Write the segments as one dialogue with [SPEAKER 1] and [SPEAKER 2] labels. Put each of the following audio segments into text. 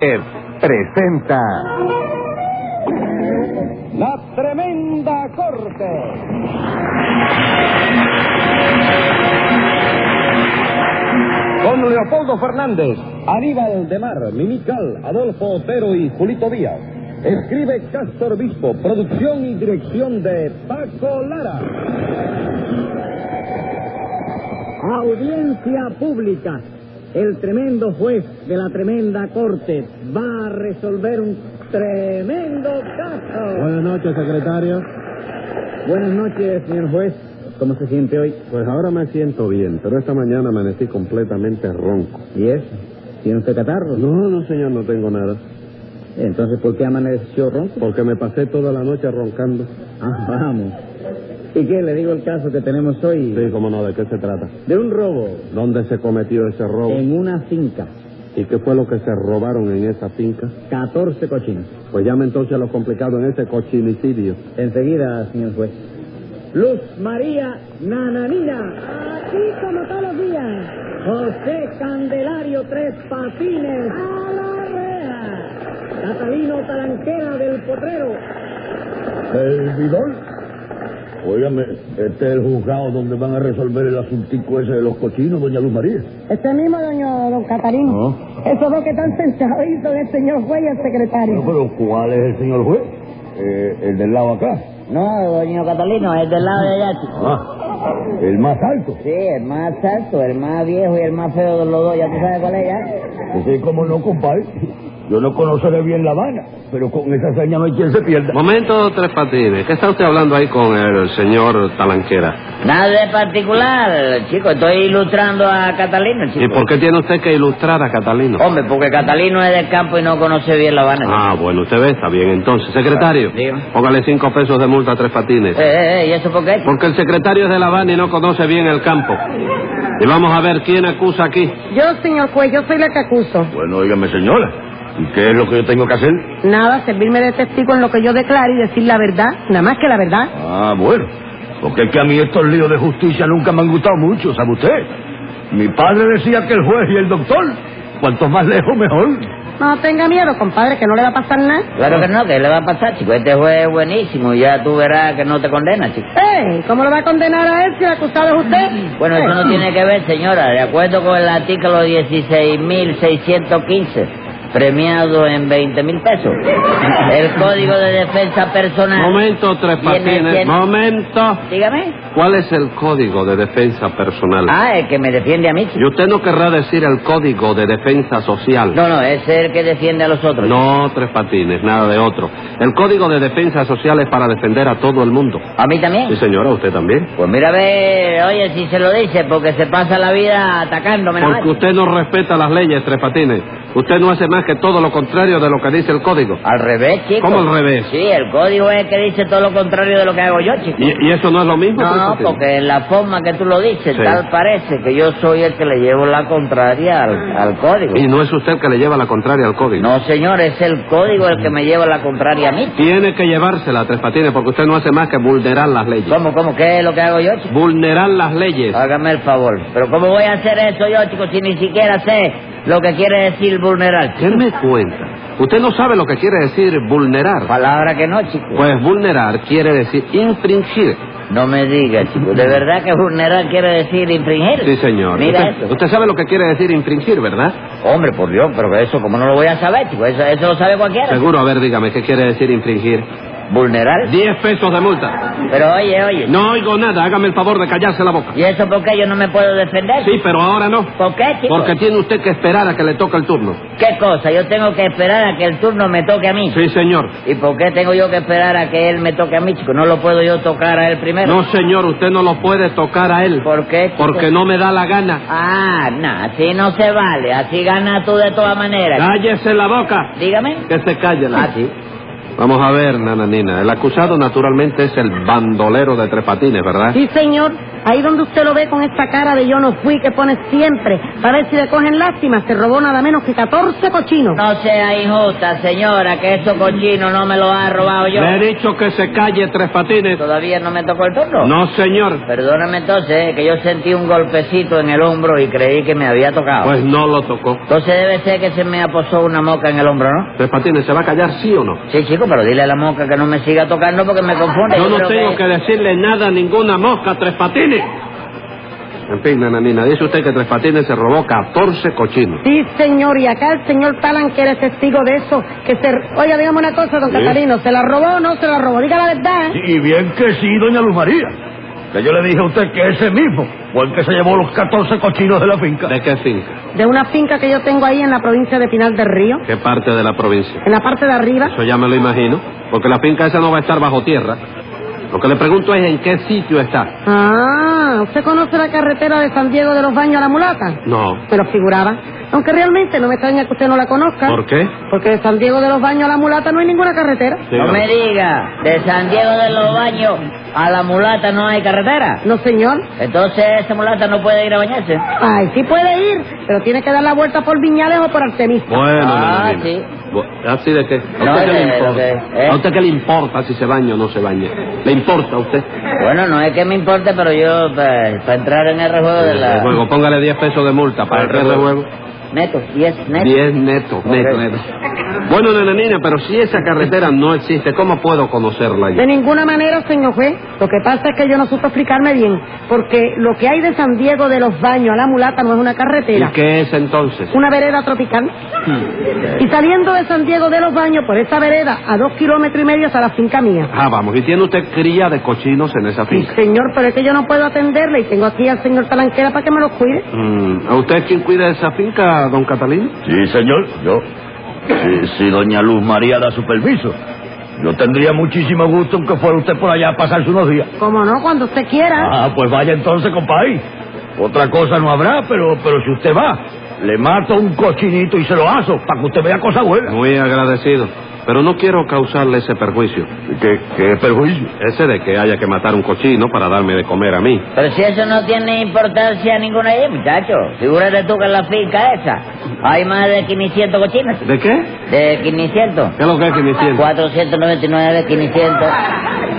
[SPEAKER 1] Eh, presenta
[SPEAKER 2] La tremenda corte. Con Leopoldo Fernández, Aníbal de Mar, Mimical, Adolfo Otero y Julito Díaz. Escribe Castor Bispo, producción y dirección de Paco Lara.
[SPEAKER 3] Audiencia pública. El tremendo juez de la tremenda corte va a resolver un tremendo caso.
[SPEAKER 4] Buenas noches, secretario.
[SPEAKER 3] Buenas noches, señor juez. ¿Cómo se siente hoy?
[SPEAKER 4] Pues ahora me siento bien, pero esta mañana amanecí completamente ronco.
[SPEAKER 3] ¿Y eso? ¿Tiene usted catarro?
[SPEAKER 4] No, no, señor, no tengo nada.
[SPEAKER 3] Entonces, ¿por qué amaneció ronco?
[SPEAKER 4] Porque me pasé toda la noche roncando.
[SPEAKER 3] Ah, vamos. ¿Y qué? Le digo el caso que tenemos hoy.
[SPEAKER 4] Sí, cómo no, ¿de qué se trata?
[SPEAKER 3] De un robo
[SPEAKER 4] ¿Dónde se cometió ese robo?
[SPEAKER 3] en una finca.
[SPEAKER 4] ¿Y qué fue lo que se robaron en esa finca?
[SPEAKER 3] 14 cochinos.
[SPEAKER 4] Pues llame entonces a lo complicado en ese cochinicidio.
[SPEAKER 3] Enseguida, señor juez. Luz María Nananina.
[SPEAKER 5] Aquí como todos los días.
[SPEAKER 3] José Candelario Tres Patines.
[SPEAKER 5] A la reja.
[SPEAKER 3] Catalino Taranquera del Potrero.
[SPEAKER 6] Servidor. Óigame, este es el juzgado donde van a resolver el asuntico ese de los cochinos, doña Luz María.
[SPEAKER 5] Este mismo, doño don Catarino.
[SPEAKER 6] No.
[SPEAKER 7] Oh.
[SPEAKER 5] Eso dos que están sentaditos del señor juez y el secretario.
[SPEAKER 6] No, pero ¿cuál es el señor juez? Eh, el del lado acá.
[SPEAKER 7] No, doño Catalino, es del lado de allá. chico.
[SPEAKER 6] Ah, el más alto.
[SPEAKER 7] Sí, el más alto, el más viejo y el más feo de los dos, ya tú sabes cuál es ya.
[SPEAKER 6] Ese como no, compadre. Yo no conoceré bien La Habana, pero con esa seña no hay quien se pierda.
[SPEAKER 8] Momento, Tres Patines. ¿Qué está usted hablando ahí con el señor Talanquera?
[SPEAKER 7] Nada de particular, chico, estoy ilustrando a Catalino, chico.
[SPEAKER 8] ¿Y por qué tiene usted que ilustrar a Catalino?
[SPEAKER 7] Hombre, porque Catalino es del campo y no conoce bien La Habana.
[SPEAKER 8] Ah, bueno, usted ve, está bien. Entonces, secretario,
[SPEAKER 7] Ah, dígame.
[SPEAKER 8] póngale cinco pesos de multa a Tres Patines.
[SPEAKER 7] Eh, eh, eh, ¿y eso por qué?
[SPEAKER 8] Porque el secretario es de La Habana y no conoce bien el campo. Y vamos a ver quién acusa aquí.
[SPEAKER 5] Yo, señor juez, yo soy la que acuso.
[SPEAKER 6] Bueno, óigame, señora. ¿Y qué es lo que yo tengo que hacer?
[SPEAKER 5] Nada, servirme de testigo en lo que yo declare y decir la verdad, nada más que la verdad.
[SPEAKER 6] Ah, bueno. Porque es que a mí estos líos de justicia nunca me han gustado mucho, ¿sabe usted? Mi padre decía que el juez y el doctor, cuanto más lejos mejor.
[SPEAKER 5] No tenga miedo, compadre, que no le va a pasar nada.
[SPEAKER 7] Claro que no, que le va a pasar, chico. Este juez es buenísimo, ya tú verás que no te condena, chico.
[SPEAKER 5] ¡Ey! ¿Cómo lo va a condenar a él si el acusado es usted?
[SPEAKER 7] Bueno, eso no
[SPEAKER 5] Eh,
[SPEAKER 7] tiene que ver, señora. De acuerdo con el artículo 16.615, premiado en 20 mil pesos. El Código de Defensa Personal.
[SPEAKER 8] Momento, Tres
[SPEAKER 7] Tiene- tiene-
[SPEAKER 8] Patines. Momento.
[SPEAKER 7] Dígame.
[SPEAKER 8] ¿Cuál es el código de defensa personal?
[SPEAKER 7] Ah, el que me defiende a mí.
[SPEAKER 8] Y usted no querrá decir el código de defensa social.
[SPEAKER 7] No, no, es el que defiende a los otros.
[SPEAKER 8] No, tres patines, nada de otro. El Código de Defensa Social es para defender a todo el mundo.
[SPEAKER 7] ¿A mí también?
[SPEAKER 8] Sí, señora, usted también.
[SPEAKER 7] Pues mira, a ver, oye, si se lo dice, porque se pasa la vida atacándome. nada más.
[SPEAKER 8] Porque usted no respeta las leyes, tres patines. Usted no hace más que todo lo contrario de lo que dice el Código.
[SPEAKER 7] Al revés, chico.
[SPEAKER 8] ¿Cómo al revés?
[SPEAKER 7] Sí, el código es el que dice todo lo contrario de lo que hago yo, chico.
[SPEAKER 8] ¿Y, y eso no es lo mismo?
[SPEAKER 7] No,
[SPEAKER 8] Tres
[SPEAKER 7] no,
[SPEAKER 8] Patines?
[SPEAKER 7] porque en la forma que tú lo dices,
[SPEAKER 8] Sí.
[SPEAKER 7] tal parece que yo soy el que le llevo la contraria al, al código.
[SPEAKER 8] Y no es usted el que le lleva la contraria al Código.
[SPEAKER 7] No, señor, es el código el que me lleva la contraria a mí.
[SPEAKER 8] Tiene que llevársela, tres patines, porque usted no hace más que vulnerar las leyes.
[SPEAKER 7] ¿Cómo, cómo? ¿Qué es lo que hago yo, chico?
[SPEAKER 8] Vulnerar las leyes.
[SPEAKER 7] Hágame el favor. Pero ¿cómo voy a hacer eso yo, chico, si ni siquiera sé lo que quiere decir vulnerar?
[SPEAKER 8] ¿Qué me cuenta? Usted no sabe lo que quiere decir vulnerar.
[SPEAKER 7] Palabra que no, chico.
[SPEAKER 8] Pues vulnerar quiere decir infringir.
[SPEAKER 7] No me digas, chico. ¿De verdad que vulnerar quiere decir infringir?
[SPEAKER 8] Sí, señor.
[SPEAKER 7] Mira
[SPEAKER 8] usted,
[SPEAKER 7] eso.
[SPEAKER 8] usted sabe lo que quiere decir infringir, ¿verdad?
[SPEAKER 7] Hombre, por Dios, pero eso, ¿cómo no lo voy a saber, chico? Eso, eso lo sabe cualquiera.
[SPEAKER 8] Seguro, a ver, dígame, ¿qué quiere decir infringir?
[SPEAKER 7] ¿Vulnerar?
[SPEAKER 8] Diez pesos de multa.
[SPEAKER 7] Pero oye, oye.
[SPEAKER 8] No oigo nada, hágame el favor de callarse la boca.
[SPEAKER 7] ¿Y eso por qué yo no me puedo defender?
[SPEAKER 8] Sí, pero ahora no.
[SPEAKER 7] ¿Por qué, chico?
[SPEAKER 8] Porque tiene usted que esperar a que le toque el turno.
[SPEAKER 7] ¿Qué cosa? Yo tengo que esperar a que el turno me toque a mí.
[SPEAKER 8] Sí, señor.
[SPEAKER 7] ¿Y por qué tengo yo que esperar a que él me toque a mí, chico? ¿No lo puedo yo tocar a él primero?
[SPEAKER 8] No, señor, usted no lo puede tocar a él.
[SPEAKER 7] ¿Por qué, chico?
[SPEAKER 8] Porque no me da la gana.
[SPEAKER 7] Ah, no, así no se vale. Así ganas tú de todas maneras.
[SPEAKER 8] Cállese la boca.
[SPEAKER 7] Dígame.
[SPEAKER 8] Que se calle la
[SPEAKER 7] Ah, sí.
[SPEAKER 8] Vamos a ver, nananina. El acusado naturalmente es el bandolero de Tres Patines, ¿verdad?
[SPEAKER 5] Sí, señor. Ahí donde usted lo ve con esta cara de yo no fui que pone siempre, para ver si le cogen lástima, se robó nada menos que 14 cochinos.
[SPEAKER 7] No sea injusta, señora, que esos cochinos no me los ha robado yo.
[SPEAKER 8] Le he dicho que se calle, Tres Patines.
[SPEAKER 7] ¿Todavía no me tocó el turno?
[SPEAKER 8] No, señor.
[SPEAKER 7] Perdóname entonces, eh, que yo sentí un golpecito en el hombro y creí que me había tocado.
[SPEAKER 8] Pues no lo tocó.
[SPEAKER 7] Entonces debe ser que se me aposó una moca en el hombro, ¿no?
[SPEAKER 8] Tres Patines, ¿se va a callar sí o no?
[SPEAKER 7] Sí, chico, pero dile a la moca que no me siga tocando porque me confunde.
[SPEAKER 8] Yo no
[SPEAKER 7] creo
[SPEAKER 8] tengo que decirle nada a ninguna mosca, Tres Patines. En fin, nananina, dice usted que Tres Patines se robó 14 cochinos.
[SPEAKER 5] Sí, señor, y acá el señor Talan que eres testigo de eso, que se... Oiga, dígame una cosa, don
[SPEAKER 6] Sí.
[SPEAKER 5] Catalino, ¿se la robó o no se la robó? Diga la verdad. ¿eh?
[SPEAKER 6] Y bien que sí, doña Luz María. Que yo le dije a usted que ese mismo fue el que se llevó los 14 cochinos de la finca.
[SPEAKER 8] ¿De qué finca?
[SPEAKER 5] De una finca que yo tengo ahí en la provincia de Pinal del Río,
[SPEAKER 8] ¿Qué parte de la provincia?
[SPEAKER 5] en la parte de arriba.
[SPEAKER 8] Eso ya me lo imagino, porque la finca esa no va a estar bajo tierra. Lo que le pregunto es en qué sitio está.
[SPEAKER 5] Ah, ¿usted conoce la carretera de San Diego de los Baños a la Mulata?
[SPEAKER 8] No.
[SPEAKER 5] Me lo figuraba. Aunque realmente no me extraña que usted no la conozca.
[SPEAKER 8] ¿Por qué?
[SPEAKER 5] Porque de San Diego de los Baños a la Mulata no hay ninguna carretera.
[SPEAKER 7] No me diga, de San Diego de los Baños a la mulata no hay carretera.
[SPEAKER 5] No, señor.
[SPEAKER 7] Entonces esa mulata no puede ir a bañarse.
[SPEAKER 5] Ay, sí puede ir, pero tiene que dar la vuelta por Viñales o por Artemis.
[SPEAKER 8] Bueno,
[SPEAKER 7] Ah,
[SPEAKER 8] nananina.
[SPEAKER 7] sí.
[SPEAKER 8] Bu- ¿Así de qué? ¿A
[SPEAKER 7] No,
[SPEAKER 8] usted qué
[SPEAKER 7] de-
[SPEAKER 8] le importa?
[SPEAKER 7] de- ¿eh?
[SPEAKER 8] ¿A usted qué le importa si se baña o no se baña? ¿Le importa a usted?
[SPEAKER 7] Bueno, no es que me importe, pero yo eh, para entrar en el rejuego de la...
[SPEAKER 8] El juego, póngale 10 pesos de multa para el resto del juego.
[SPEAKER 7] Neto, yes, neto.
[SPEAKER 8] 10 netos, neto,
[SPEAKER 7] Ok.
[SPEAKER 8] neto. Bueno, nananina, pero si esa carretera no existe, ¿cómo puedo conocerla yo?
[SPEAKER 5] De ninguna manera, señor juez. Lo que pasa es que yo no supo explicarme bien, porque lo que hay de San Diego de los Baños a la Mulata no es una carretera,
[SPEAKER 8] ¿Y qué es entonces?
[SPEAKER 5] una vereda tropical. Y saliendo de San Diego de los Baños por esa vereda, a dos kilómetros y medio está la finca mía.
[SPEAKER 8] Ah, vamos, y tiene usted cría de cochinos en esa
[SPEAKER 5] Sí,
[SPEAKER 8] finca.
[SPEAKER 5] señor, pero es que yo no puedo atenderle y tengo aquí al señor Talanquera para que me lo cuide.
[SPEAKER 8] Mm, ¿A usted quién cuida de esa finca, don Catalino?
[SPEAKER 6] Sí, señor, yo. Si, si doña Luz María da su permiso, yo tendría muchísimo gusto en que fuera usted por allá a pasarse unos días.
[SPEAKER 5] Como no, cuando usted quiera.
[SPEAKER 6] Ah, pues vaya entonces, compadre. Otra cosa no habrá, pero, pero si usted va, le mato un cochinito y se lo aso para que usted vea cosa buena.
[SPEAKER 8] Muy agradecido, pero no quiero causarle ese perjuicio.
[SPEAKER 6] ¿Qué, qué perjuicio?
[SPEAKER 8] Ese de que haya que matar un cochino para darme de comer a mí.
[SPEAKER 7] Pero si eso no tiene importancia ninguna ahí, muchacho. Figúrate tú que en la finca esa hay más de 500 cochinos.
[SPEAKER 8] ¿De qué?
[SPEAKER 7] De 500.
[SPEAKER 8] ¿Qué es lo que es que me siento?
[SPEAKER 7] 499 de 500.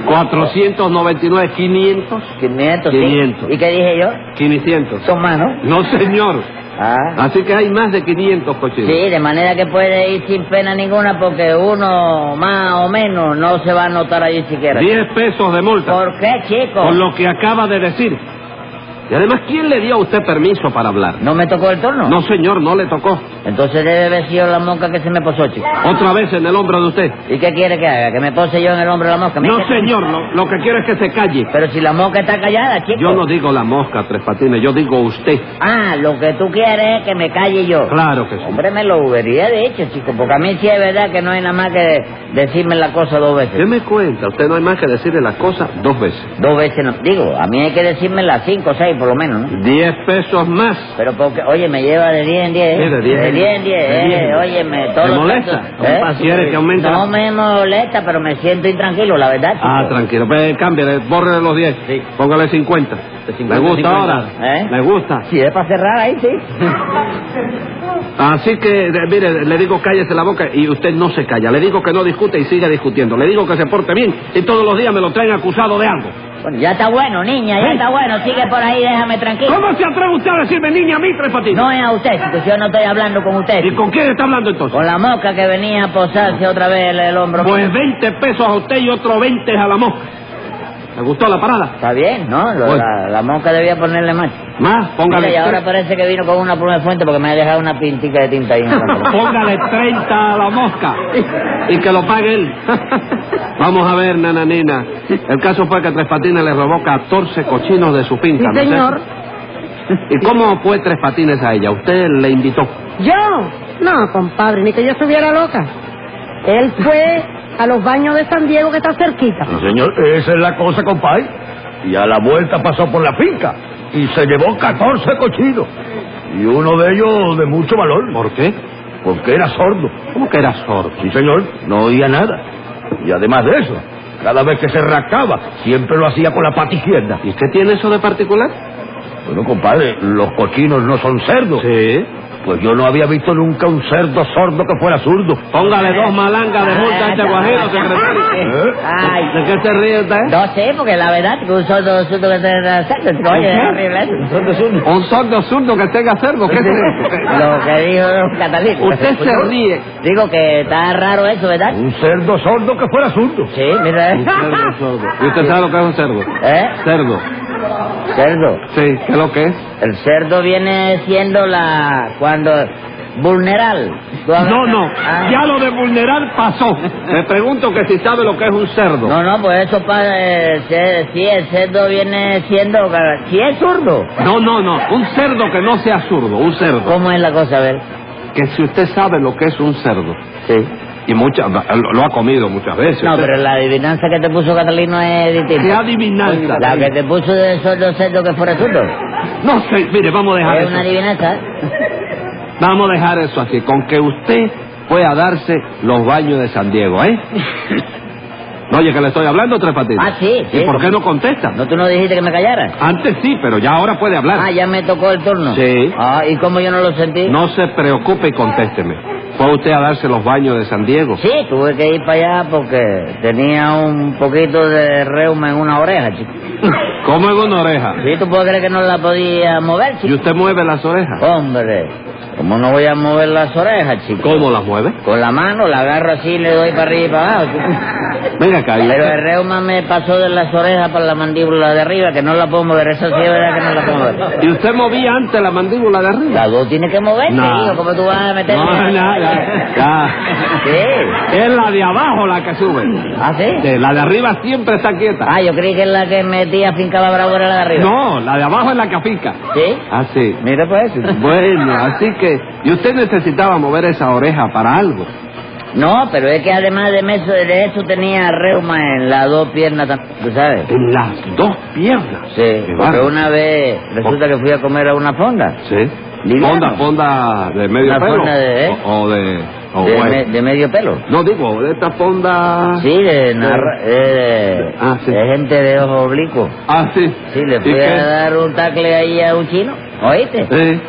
[SPEAKER 8] 499, 500,
[SPEAKER 7] 500, sí.
[SPEAKER 8] 500.
[SPEAKER 7] ¿Y qué dije yo?
[SPEAKER 8] 500.
[SPEAKER 7] Son más, ¿no?
[SPEAKER 8] No, señor.
[SPEAKER 7] Ah.
[SPEAKER 8] Así que hay más de 500 cochinos.
[SPEAKER 7] Sí, de manera que puede ir sin pena ninguna porque uno más o menos no se va a notar allí siquiera.
[SPEAKER 8] 10 pesos de multa.
[SPEAKER 7] ¿Por qué, chico?
[SPEAKER 8] Con lo que acaba de decir. Y además, ¿quién le dio a usted permiso para hablar?
[SPEAKER 7] ¿No me tocó el turno?
[SPEAKER 8] No, señor, no le tocó.
[SPEAKER 7] Entonces debe haber sido la mosca que se me posó, chico.
[SPEAKER 8] Otra vez en el hombro de usted.
[SPEAKER 7] ¿Y qué quiere que haga? ¿Que me pose yo en el hombro de la mosca?
[SPEAKER 8] No,
[SPEAKER 7] Mira que-
[SPEAKER 8] señor, lo, lo que quiero es que se calle.
[SPEAKER 7] Pero si la mosca está callada, chico.
[SPEAKER 8] Yo no digo la mosca, Tres Patines, yo digo usted.
[SPEAKER 7] Ah, lo que tú quieres es que me calle yo.
[SPEAKER 8] Claro que sí.
[SPEAKER 7] Hombre, me lo hubiera dicho, chico, porque a mí sí es verdad que no hay nada más que decirme la cosa dos
[SPEAKER 8] ¿Qué
[SPEAKER 7] veces.
[SPEAKER 8] me cuenta? Usted no hay más que decirle las cosas dos veces.
[SPEAKER 7] Dos veces no. Digo, a mí hay que decirme las cinco o seis por lo menos, ¿no?
[SPEAKER 8] Diez pesos más.
[SPEAKER 7] Pero porque, oye, me lleva de 10 en 10.
[SPEAKER 8] Sí, de 10 en
[SPEAKER 7] en 10.
[SPEAKER 8] 10, de 10 en
[SPEAKER 7] Eh,
[SPEAKER 8] 10.
[SPEAKER 7] óyeme, todo.
[SPEAKER 8] ¿Te
[SPEAKER 7] lo
[SPEAKER 8] molesta?
[SPEAKER 7] tanto- ¿eh?
[SPEAKER 8] Compa, ¿quieres que aumente la-
[SPEAKER 7] No me molesta, pero me siento intranquilo, la verdad. Chico.
[SPEAKER 8] Ah, tranquilo. Pues cámbiale, bórrele los diez.
[SPEAKER 7] Sí.
[SPEAKER 8] Póngale cincuenta.
[SPEAKER 7] De 50,
[SPEAKER 8] ¿Le gusta
[SPEAKER 7] 50,
[SPEAKER 8] ahora?
[SPEAKER 7] ¿eh?
[SPEAKER 8] ¿Le gusta?
[SPEAKER 7] Si es para cerrar ahí, sí.
[SPEAKER 8] Así que, de- mire, le digo cállese la boca y usted no se calla. Le digo que no discute y siga discutiendo. Le digo que se porte bien y todos los días me lo traen acusado de algo.
[SPEAKER 7] Bueno, ya está bueno, niña, ya está bueno. Sigue por ahí, déjame tranquilo.
[SPEAKER 8] ¿Cómo se atreve usted a decirme niña a mí, Tres Patines?
[SPEAKER 7] No es a usted, chico, yo no estoy hablando con usted.
[SPEAKER 8] ¿Y con quién está hablando entonces?
[SPEAKER 7] Con la mosca que venía a posarse otra vez el, el hombro.
[SPEAKER 8] Pues 20 pesos a usted y otro 20 a la mosca. ¿Le gustó la parada?
[SPEAKER 7] Está bien, ¿no? Lo-
[SPEAKER 8] Bueno.
[SPEAKER 7] la, la mosca debía ponerle más.
[SPEAKER 8] Más, Pues póngale.
[SPEAKER 7] Mira, y ahora
[SPEAKER 8] tres.
[SPEAKER 7] parece que vino con una pluma de fuente porque me ha dejado una pintica de tinta ahí. en el hombro.
[SPEAKER 8] Póngale 30 a la mosca y que lo pague él. Vamos a ver, nananina. El caso fue que Tres Patines le robó 14 cochinos de su
[SPEAKER 5] Sí,
[SPEAKER 8] finca. ¿no es eso?
[SPEAKER 5] señor.
[SPEAKER 8] ¿Y cómo fue Tres Patines a ella? ¿Usted le invitó?
[SPEAKER 5] ¿Yo? No, compadre, ni que yo estuviera loca. Él fue a los baños de San Diego que está cerquita.
[SPEAKER 6] Sí, señor, esa es la cosa, compadre. Y a la vuelta pasó por la finca y se llevó 14 cochinos. Y uno de ellos de mucho valor.
[SPEAKER 8] ¿Por qué?
[SPEAKER 6] Porque era sordo.
[SPEAKER 8] ¿Cómo que era sordo?
[SPEAKER 6] Sí, señor, no oía nada. Y además de eso, Cada vez que se rascaba, siempre lo hacía con la pata izquierda.
[SPEAKER 8] ¿Y usted tiene eso de particular?
[SPEAKER 6] Bueno, compadre, los cochinos no son cerdos.
[SPEAKER 8] Sí.
[SPEAKER 6] Pues yo no había visto nunca un cerdo sordo que fuera zurdo.
[SPEAKER 8] Póngale dos malangas de multa a este guajero, secretario.
[SPEAKER 7] Ah,
[SPEAKER 8] ¿Eh?
[SPEAKER 7] Ay,
[SPEAKER 8] ¿De qué se ríe usted?
[SPEAKER 7] no sé, porque la verdad que un sordo susto que se acerca, oye, es horrible eso.
[SPEAKER 8] Un sordo zurdo que tenga cerdo, ¿qué es eso?
[SPEAKER 7] Lo que dijo don Catalino.
[SPEAKER 8] Usted se ríe.
[SPEAKER 7] Digo que está raro eso, ¿verdad?
[SPEAKER 6] Un cerdo sordo que fuera zurdo.
[SPEAKER 7] Sí, mira.
[SPEAKER 8] Cerdo sordo. ¿Y usted sabe lo que es un cerdo?
[SPEAKER 7] ¿Eh?
[SPEAKER 8] Cerdo.
[SPEAKER 7] Cerdo.
[SPEAKER 8] Sí, ¿qué es lo que es?
[SPEAKER 7] El cerdo viene siendo la... cuando... vulneral. Tú hablas-
[SPEAKER 8] No, no,
[SPEAKER 7] Ah.
[SPEAKER 8] ya lo de vulnerar pasó. Me pregunto que si sabe lo que es un cerdo.
[SPEAKER 7] No, no, pues eso pasa, eh, se- sí, el cerdo viene siendo, si es zurdo.
[SPEAKER 8] No, no, no, un cerdo que no sea zurdo, un cerdo.
[SPEAKER 7] ¿Cómo es la cosa, a ver?
[SPEAKER 8] Que si usted sabe lo que es un cerdo,
[SPEAKER 7] Sí.
[SPEAKER 8] y muchas, lo lo ha comido muchas veces.
[SPEAKER 7] No, pero la adivinanza que te puso Catalino es
[SPEAKER 8] ¿Qué
[SPEAKER 7] distinta.
[SPEAKER 8] adivinanza?
[SPEAKER 7] La que te puso de sordo cerdo que fuera zurdo.
[SPEAKER 8] No sé, mire, vamos a dejar
[SPEAKER 7] Es
[SPEAKER 8] eso.
[SPEAKER 7] una adivinanza.
[SPEAKER 8] Vamos a dejar eso así, con que usted fue a darse los baños de San Diego, ¿eh? ¿No oye que le estoy hablando, Tres Patines?
[SPEAKER 7] Ah, sí,
[SPEAKER 8] ¿Y
[SPEAKER 7] sí,
[SPEAKER 8] por
[SPEAKER 7] como-
[SPEAKER 8] qué no contesta?
[SPEAKER 7] ¿No tú no dijiste que me callara?
[SPEAKER 8] Antes sí, pero ya ahora puede hablar.
[SPEAKER 7] Ah, ya me tocó el turno.
[SPEAKER 8] Sí.
[SPEAKER 7] Ah, ¿y cómo yo no lo sentí?
[SPEAKER 8] No se preocupe y contésteme. ¿Fue usted a darse los baños de San Diego?
[SPEAKER 7] Sí, tuve que ir para allá porque tenía un poquito de reuma en una oreja, chico.
[SPEAKER 8] ¿Cómo en una oreja?
[SPEAKER 7] ¿Sí tú puedes creer que no la podía mover,
[SPEAKER 8] ¿Y
[SPEAKER 7] chico?
[SPEAKER 8] usted mueve las orejas?
[SPEAKER 7] Hombre, ¿cómo no voy a mover las orejas, chico?
[SPEAKER 8] ¿Cómo las mueve?
[SPEAKER 7] Con la mano la agarro así y le doy para arriba y para abajo. chico.
[SPEAKER 8] Venga acá. ¿y
[SPEAKER 7] Pero
[SPEAKER 8] usted?
[SPEAKER 7] el reuma me pasó de las orejas para la mandíbula de arriba, que no la puedo mover. Eso sí es verdad que no la puedo mover.
[SPEAKER 8] ¿Y usted movía antes la mandíbula de arriba?
[SPEAKER 7] Las dos tiene que moverse,
[SPEAKER 8] No.
[SPEAKER 7] hijo. ¿Cómo tú vas a meter?
[SPEAKER 8] No, nada. Ya.
[SPEAKER 7] Sí.
[SPEAKER 8] Es la de abajo la que sube.
[SPEAKER 7] ¿Ah, sí?
[SPEAKER 8] De- La de arriba siempre está quieta.
[SPEAKER 7] Ah, yo creí que la que metía finca la bravo era la de arriba.
[SPEAKER 8] No, la de abajo es la que apica.
[SPEAKER 7] ¿Sí?
[SPEAKER 8] Ah, sí.
[SPEAKER 7] Mira pues eso.
[SPEAKER 8] Bueno, así que... ¿Y usted necesitaba mover esa oreja para algo?
[SPEAKER 7] No, pero es que además de eso, de eso tenía reuma en las dos piernas, tam- ¿tú sabes?
[SPEAKER 8] En las dos piernas.
[SPEAKER 7] Sí,
[SPEAKER 8] Qué
[SPEAKER 7] porque
[SPEAKER 8] bárbaro.
[SPEAKER 7] una vez resulta que fui a comer a una fonda.
[SPEAKER 8] Sí.
[SPEAKER 7] Liviano.
[SPEAKER 8] Fonda, fonda de medio
[SPEAKER 7] Una
[SPEAKER 8] pelo.
[SPEAKER 7] fonda de- ¿eh?
[SPEAKER 8] o, o de. o
[SPEAKER 7] de,
[SPEAKER 8] Oh, bueno.
[SPEAKER 7] me- de medio pelo.
[SPEAKER 8] No digo, de esta fonda.
[SPEAKER 7] Sí, de, narra- eh,
[SPEAKER 8] Oh. Ah, sí.
[SPEAKER 7] de gente de ojos oblicuos.
[SPEAKER 8] Ah, sí.
[SPEAKER 7] Sí, le
[SPEAKER 8] ¿Y
[SPEAKER 7] fui
[SPEAKER 8] qué?
[SPEAKER 7] a dar un tacle ahí a un chino, ¿oíste?
[SPEAKER 8] Sí.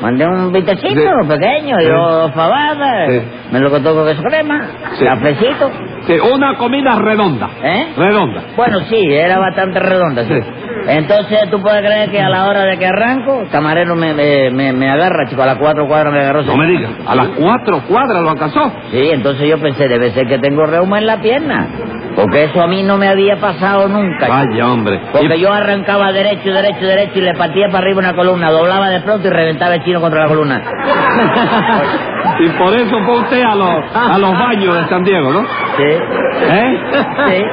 [SPEAKER 7] Mandé un vistecito
[SPEAKER 8] Sí.
[SPEAKER 7] pequeño,
[SPEAKER 8] Sí.
[SPEAKER 7] yo dos fabadas,
[SPEAKER 8] Sí.
[SPEAKER 7] me lo contó con queso crema,
[SPEAKER 8] Sí.
[SPEAKER 7] cafecito,
[SPEAKER 8] Sí, una comida redonda.
[SPEAKER 7] ¿eh?
[SPEAKER 8] Redonda.
[SPEAKER 7] Bueno, sí, era bastante redonda, sí.
[SPEAKER 8] Sí.
[SPEAKER 7] Entonces, tú puedes creer que a la hora de que arranco, el camarero me, me, me, me agarra, chico, a las cuatro cuadras me agarró.
[SPEAKER 8] No me digas. A las cuatro cuadras lo alcanzó.
[SPEAKER 7] Sí, entonces yo pensé, debe ser que tengo reuma en la pierna, porque eso a mí no me había pasado nunca. chico.
[SPEAKER 8] Vaya, hombre.
[SPEAKER 7] Porque yo arrancaba derecho, derecho, derecho y le partía para arriba una columna, doblaba de pronto y reventaba el chino contra la columna.
[SPEAKER 8] Y, y por eso fue usted a los, a los baños de San Diego, ¿no?
[SPEAKER 7] Sí,
[SPEAKER 8] ¿Eh?
[SPEAKER 7] sí.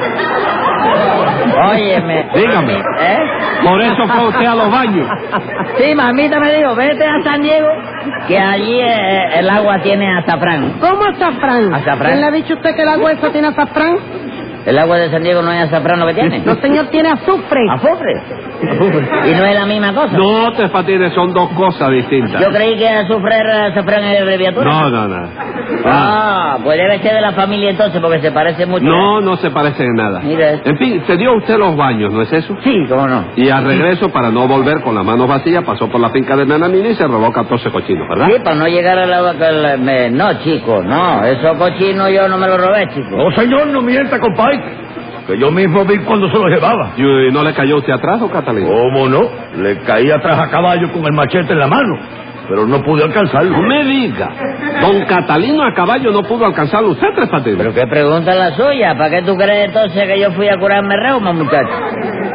[SPEAKER 7] Óyeme.
[SPEAKER 8] Dígame.
[SPEAKER 7] ¿Eh?
[SPEAKER 8] Por eso fue usted a los baños.
[SPEAKER 7] Sí, mamita me dijo, vete a San Diego, que allí eh, el agua tiene azafrán.
[SPEAKER 5] ¿Cómo azafrán?
[SPEAKER 7] ¿Azafrán?
[SPEAKER 5] ¿Quién le ha dicho a usted que el agua esa tiene azafrán?
[SPEAKER 7] El agua de San Diego no es azafrán lo que tiene.
[SPEAKER 5] No, señor, tiene azufre.
[SPEAKER 7] Azufre. Y no es la misma cosa.
[SPEAKER 8] No, Tres Patines, son dos cosas distintas.
[SPEAKER 7] Yo creí que azufre era azafrán en abreviatura.
[SPEAKER 8] No, no, no. Ah.
[SPEAKER 7] Ah, pues debe ser de la familia entonces, porque se parece mucho.
[SPEAKER 8] No, no se parece en nada.
[SPEAKER 7] Mira esto.
[SPEAKER 8] En fin, se dio usted los baños, ¿no es eso?
[SPEAKER 7] Sí, cómo no.
[SPEAKER 8] Y al regreso, para no volver con las manos vacías, pasó por la finca de Nananina y se robó 14 cochinos, ¿verdad?
[SPEAKER 7] Sí, para no llegar a la vaca. la- me- No, chico, no. Eso cochino yo no me lo robé, chico.
[SPEAKER 6] No, señor, no mienta, compadre. Que yo mismo vi cuando se lo llevaba.
[SPEAKER 8] ¿Y no le cayó usted atrás, o
[SPEAKER 7] Oh.
[SPEAKER 8] Catalina?
[SPEAKER 6] ¿Cómo no? Le caí atrás a caballo con el machete en la mano, pero no pude alcanzarlo.
[SPEAKER 8] No me diga. Don Catalino a caballo no pudo alcanzarlo usted, Tres Patines.
[SPEAKER 7] Pero qué pregunta la suya. ¿Para qué tú crees entonces que yo fui a curarme reuma, muchacho?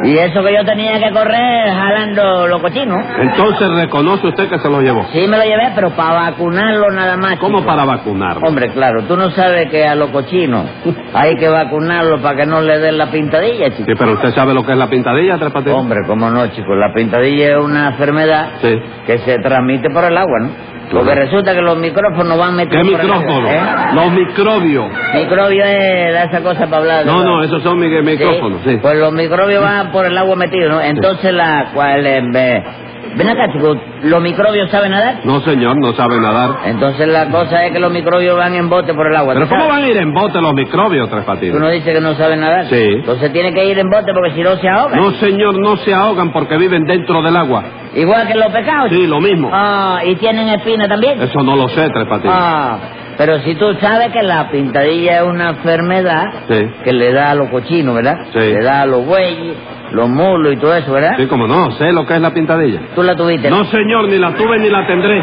[SPEAKER 7] Y eso que yo tenía que correr jalando los cochinos.
[SPEAKER 8] Entonces reconoce usted que se lo llevó.
[SPEAKER 7] Sí, me lo llevé, pero para vacunarlo nada más.
[SPEAKER 8] ¿Cómo
[SPEAKER 7] chico.
[SPEAKER 8] para vacunarlo?
[SPEAKER 7] Hombre, claro, tú no sabes que a los cochinos hay que vacunarlo para que no le den la pintadilla,
[SPEAKER 8] Sí,
[SPEAKER 7] chico.
[SPEAKER 8] pero usted sabe lo que es la pintadilla, Tres Patines.
[SPEAKER 7] Hombre, cómo no, chico. La pintadilla es una enfermedad
[SPEAKER 8] Sí.
[SPEAKER 7] que se transmite por el agua, ¿no? Porque
[SPEAKER 8] Claro.
[SPEAKER 7] resulta que los micrófonos van
[SPEAKER 8] ¿Qué
[SPEAKER 7] metidos por el agua,
[SPEAKER 8] micrófono?
[SPEAKER 7] ¿eh?
[SPEAKER 8] Los microbios.
[SPEAKER 7] Microbio es da esa cosa para hablar.
[SPEAKER 8] No,
[SPEAKER 7] ¿verdad?
[SPEAKER 8] no, esos son mi- micrófonos, sí.
[SPEAKER 7] Pues los microbios van por el agua metido, ¿no? Entonces la cual eh, eh, Ven acá, chico, ¿los microbios saben nadar?
[SPEAKER 8] No, señor, no sabe nadar.
[SPEAKER 7] Entonces la cosa es que los microbios van en bote por el agua.
[SPEAKER 8] ¿Pero
[SPEAKER 7] ¿tú
[SPEAKER 8] cómo
[SPEAKER 7] sabes?
[SPEAKER 8] van a ir en bote los microbios, Tres
[SPEAKER 7] Tú no
[SPEAKER 8] Patines?
[SPEAKER 7] dices que no saben nadar.
[SPEAKER 8] Sí.
[SPEAKER 7] Entonces tiene que ir en bote porque si no se ahoga.
[SPEAKER 8] No, señor, no se ahogan porque viven dentro del agua.
[SPEAKER 7] Igual que los pescados.
[SPEAKER 8] Sí, lo mismo.
[SPEAKER 7] Ah, ¿y tienen espina también?
[SPEAKER 8] Eso no lo sé, Tres Patines.
[SPEAKER 7] Ah, pero si tú sabes que la pintadilla es una enfermedad
[SPEAKER 8] Sí.
[SPEAKER 7] que le da a los cochinos, ¿verdad?
[SPEAKER 8] Sí.
[SPEAKER 7] Le da a los bueyes, los mulos y todo eso, ¿verdad?
[SPEAKER 8] Sí, como no, sé lo que es la pintadilla.
[SPEAKER 7] Tú la tuviste.
[SPEAKER 8] No, señor, ni la tuve ni la tendré.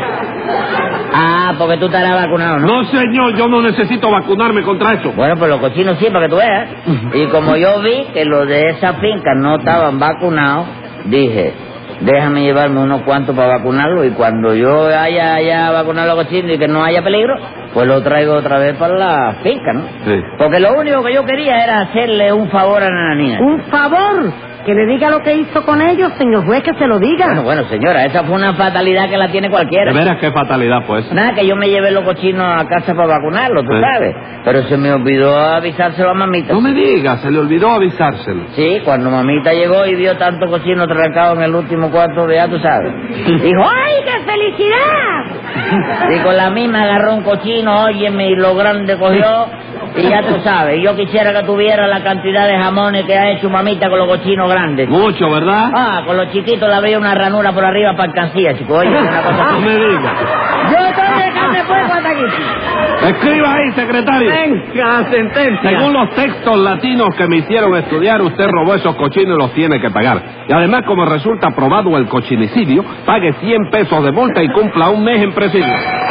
[SPEAKER 7] Ah, porque tú estarás vacunado, ¿no?
[SPEAKER 8] No, señor, yo no necesito vacunarme contra eso.
[SPEAKER 7] Bueno, pues los cochinos sí, para que tú veas. Y como yo vi que los de esa finca no estaban vacunados, dije, déjame llevarme unos cuantos para vacunarlos y cuando yo haya, haya vacunado a los cochinos y que no haya peligro, pues lo traigo otra vez para la finca, ¿no?
[SPEAKER 8] Sí.
[SPEAKER 7] Porque lo único que yo quería era hacerle un favor a Nananina.
[SPEAKER 5] Un favor, que le diga lo que hizo con ellos, señor juez, que se lo diga.
[SPEAKER 7] Bueno, bueno, señora, esa fue una fatalidad que la tiene cualquiera.
[SPEAKER 8] De veras, qué fatalidad, pues.
[SPEAKER 7] Nada, que yo me llevé los cochinos a casa para vacunarlos, tú
[SPEAKER 8] Sí.
[SPEAKER 7] sabes. Pero se me olvidó avisárselo a mamita.
[SPEAKER 8] No me diga, se le olvidó avisárselo.
[SPEAKER 7] Sí, cuando mamita llegó y vio tanto cochino trancado en el último cuarto, ya tú sabes. Dijo, ¡ay, qué felicidad! Y con la misma agarró un cochino, óyeme, y lo grande cogió. Y ya tú sabes, yo quisiera que tuviera la cantidad de jamones que ha hecho mamita con los cochinos grandes.
[SPEAKER 8] Mucho, ¿verdad?
[SPEAKER 7] Ah, con los chiquitos le había una ranura por arriba para alcancía, chico. Oye, una cosa
[SPEAKER 8] No
[SPEAKER 7] así.
[SPEAKER 8] me diga.
[SPEAKER 7] Yo estoy dejando fuego hasta aquí.
[SPEAKER 8] Escriba ahí, secretario.
[SPEAKER 3] Venga, sentencia.
[SPEAKER 8] Según los textos latinos que me hicieron estudiar, usted robó esos cochinos y los tiene que pagar. Y además, como resulta probado el cochinicidio, pague 100 pesos de multa y cumpla un mes en presidio.